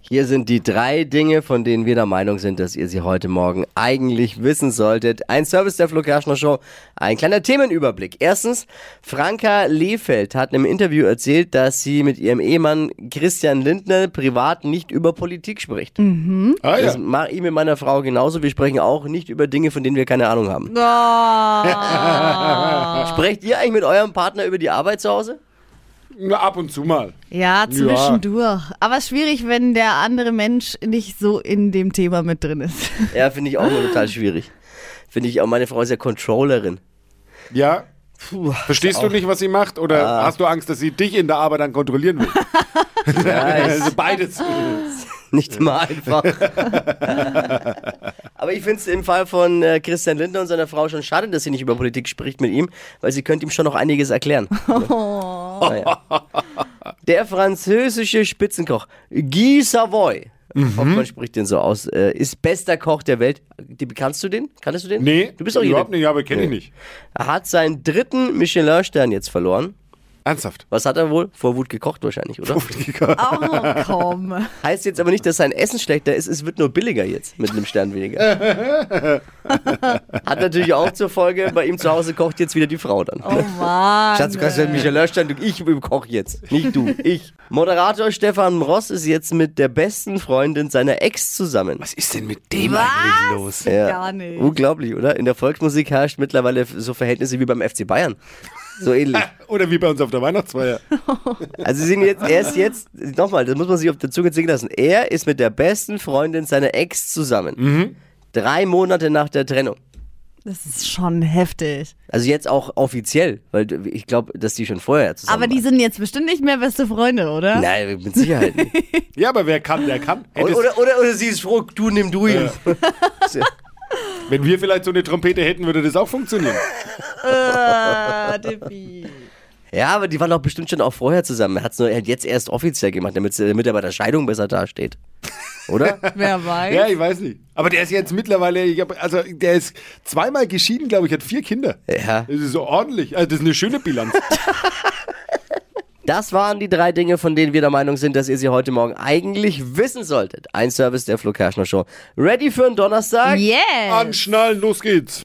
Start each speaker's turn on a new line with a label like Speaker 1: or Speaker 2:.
Speaker 1: Hier sind die drei Dinge, von denen wir der Meinung sind, dass ihr sie heute Morgen eigentlich wissen solltet. Ein Service der Flo Kerschner Show, ein kleiner Themenüberblick. Erstens, Franka Lefeld hat im Interview erzählt, dass sie mit ihrem Ehemann Christian Lindner privat nicht über Politik spricht.
Speaker 2: Ah, ja.
Speaker 1: Das mache ich mit meiner Frau genauso. Wir sprechen auch nicht über Dinge, von denen wir keine Ahnung haben.
Speaker 3: Oh.
Speaker 1: Sprecht ihr eigentlich mit eurem Partner über die Arbeit zu Hause?
Speaker 2: Na, ab und zu mal.
Speaker 3: Ja, zwischendurch. Aber es ist schwierig, wenn der andere Mensch nicht so in dem Thema mit drin ist.
Speaker 1: Ja, finde ich auch immer total schwierig. Finde ich auch, meine Frau ist ja Controllerin.
Speaker 2: Ja.
Speaker 1: Puh.
Speaker 2: Verstehst du nicht, was sie macht? Oder hast du Angst, dass sie dich in der Arbeit dann kontrollieren will? also beides.
Speaker 1: Nicht immer einfach. Aber ich finde es im Fall von äh, Christian Lindner und seiner Frau schon schade, dass sie nicht über Politik spricht mit ihm, weil sie könnte ihm schon noch einiges erklären. Naja. Der französische Spitzenkoch Guy Savoy,
Speaker 2: Mhm.
Speaker 1: ich hoffe, man spricht den so aus, äh, ist bester Koch der Welt. Die, kannst du den? Kannst du den?
Speaker 2: Nee,
Speaker 1: du bist auch
Speaker 2: überhaupt
Speaker 1: jemand.
Speaker 2: nicht, aber kenne ich nicht.
Speaker 1: Hat seinen dritten Michelin-Stern jetzt verloren.
Speaker 2: Ernsthaft.
Speaker 1: Was hat er wohl? Vor Wut gekocht wahrscheinlich, oder?
Speaker 3: Oh, komm.
Speaker 1: Heißt jetzt aber nicht, dass sein Essen schlechter ist, es wird nur billiger jetzt mit einem Stern weniger. Hat natürlich auch zur Folge, bei ihm zu Hause kocht jetzt wieder die Frau dann.
Speaker 3: Oh Mann.
Speaker 1: Schatz, du kannst ja Michelin-Stern, du- ich koch jetzt, nicht du, ich. Moderator Stefan Ross ist jetzt mit der besten Freundin seiner Ex zusammen.
Speaker 2: Was ist denn mit dem
Speaker 3: Was?
Speaker 2: eigentlich los?
Speaker 1: Ja.
Speaker 3: Äh, Gar nicht.
Speaker 1: Unglaublich, oder? In der Volksmusik herrscht mittlerweile so Verhältnisse wie beim FC Bayern. So ähnlich.
Speaker 2: Oder wie bei uns auf der Weihnachtsfeier.
Speaker 1: Also sie sind jetzt, er ist jetzt, nochmal, das muss man sich auf der Zunge zergehen lassen. Er ist mit der besten Freundin seiner Ex zusammen. Drei Monate nach der Trennung.
Speaker 3: Das ist schon heftig.
Speaker 1: Also jetzt auch offiziell, weil ich glaube, dass die schon vorher zusammen
Speaker 3: Aber die sind jetzt bestimmt nicht mehr beste Freunde, oder?
Speaker 1: waren. Nein, mit Sicherheit nicht.
Speaker 2: Ja, aber wer kann, der kann.
Speaker 1: oder,
Speaker 2: Hättest,
Speaker 1: oder, oder, oder sie ist froh, du nimm du ihn.
Speaker 2: wenn wir vielleicht so eine Trompete hätten, würde das auch funktionieren.
Speaker 3: Äh, Tippi.
Speaker 1: Ja, aber die waren doch bestimmt schon auch vorher zusammen. Er hat es nur er hat jetzt erst offiziell gemacht, damit damit er bei der Scheidung besser dasteht. Oder?
Speaker 3: Wer weiß.
Speaker 2: Ja, ich weiß nicht. Aber der ist jetzt mittlerweile, ich hab, also der ist zweimal geschieden, glaube ich, hat vier Kinder.
Speaker 1: Ja.
Speaker 2: Das ist so ordentlich. Also das ist eine schöne Bilanz.
Speaker 1: Das waren die drei Dinge, von denen wir der Meinung sind, dass ihr sie heute Morgen eigentlich wissen solltet. Ein Service der Flo Kerschner Show. Ready für einen Donnerstag?
Speaker 3: Yes.
Speaker 2: Anschnallen, los geht's.